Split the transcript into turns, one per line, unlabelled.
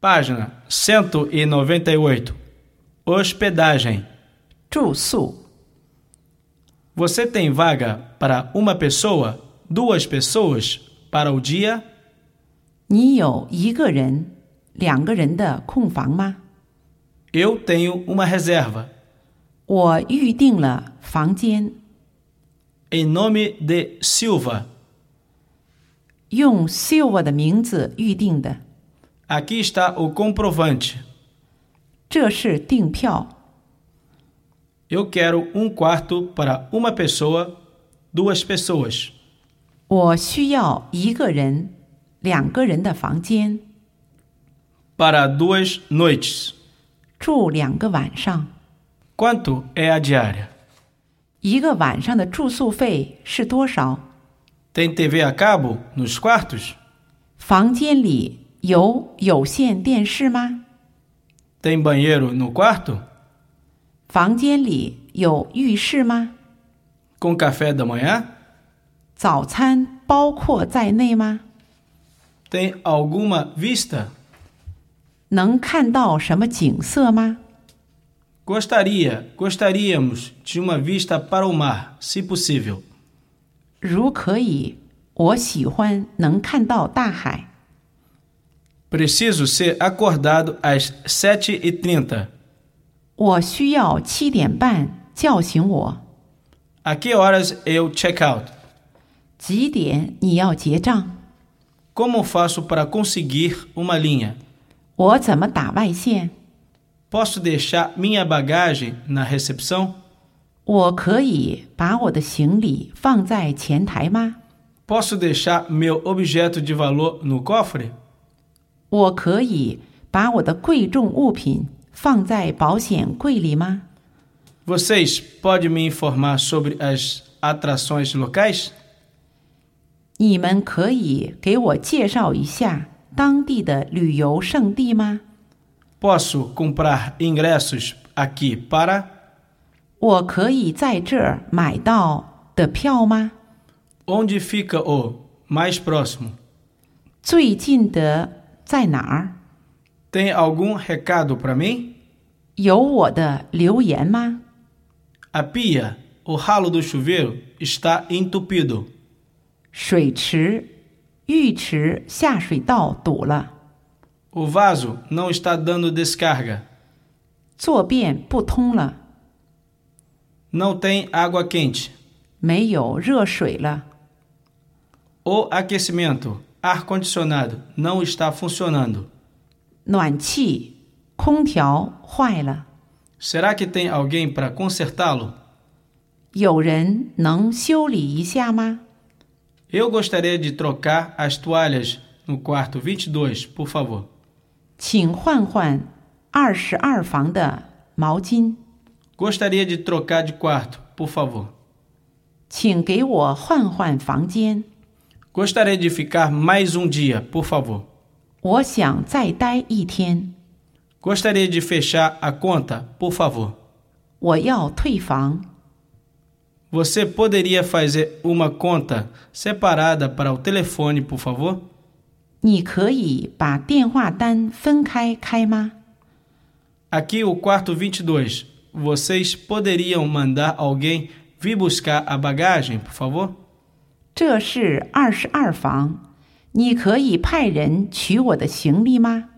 página 198. Hospedagem.
住宿。
Você tem vaga para uma pessoa, duas pessoas para o dia?
你有一个人、两个人的空房吗？
Eu tenho uma reserva.
我预定了房间，
Em nome de Silva.
用 Silva 的名字预定的，
Aqui está o comprovante.
这是订票。
Eu quero um quarto para uma pessoa, duas pessoas.
我需要一个人、两个人的房间，
Para duas noites.
住两个晚上。
Quanto é a diária?
一个晚上的住宿费是多少？
Tem TV a cabo nos quartos?
房间里有有线电视吗？
Tem banheiro no quarto?
房间里有浴室吗？
Com café da manhã?
早餐包括在内吗？
Tem alguma vista?
能看到什么景色吗？
Gostaria, gostaríamos de uma vista para o mar, se possível.
如可以，我喜欢能看到大海。
Preciso ser acordado às 7h30.
我需要七点半叫醒我。
A que horas eu check out?
几点你要结账？
Como faço para conseguir uma linha?
我怎么打外线？
Posso deixar minha bagagem na recepção?
我可以把我的行李放在前台吗？
Posso deixar meu objeto de valor no cofre?
我可以把我的贵重物品放在保险柜里吗？
Vocês podem me informar sobre as atrações locais?
你们可以给我介绍一下当地的旅游胜地吗？
Posso comprar ingressos aqui para
我可以在这儿买到的票吗？
onde fica o mais próximo?
最近的在哪儿？
Tem algum recado para mim?
有我的留言吗？
A pia, o ralo do chuveiro, está entupido.
水池、浴池下水道堵了，
O vaso não está dando descarga.
坐便不通了，
Não tem água quente.
没有热水了，
O aquecimento, ar-condicionado, não está funcionando.
暖气、空调坏了，
Será que tem alguém para consertá-lo?
有人能修理一下吗？
Eu gostaria de trocar as toalhas no quarto 22, por favor.
请换换二十二房的毛巾，
Gostaria de trocar de quarto, por favor.
请给我换换房间，
Gostaria de ficar mais um dia, por favor.
我想再待一天，
Gostaria de fechar a conta, por favor.
我要退房。
Você poderia fazer uma conta separada para o telefone, por favor?
你可以把电话单分开开吗？
Aqui o quarto 22. Vocês poderiam mandar alguém vir buscar a bagagem, por favor?
这是二十二房，你可以派人取我的行李吗？